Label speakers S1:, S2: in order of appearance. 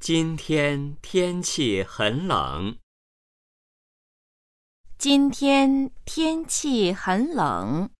S1: 今天天气很冷，
S2: 今天天气很冷。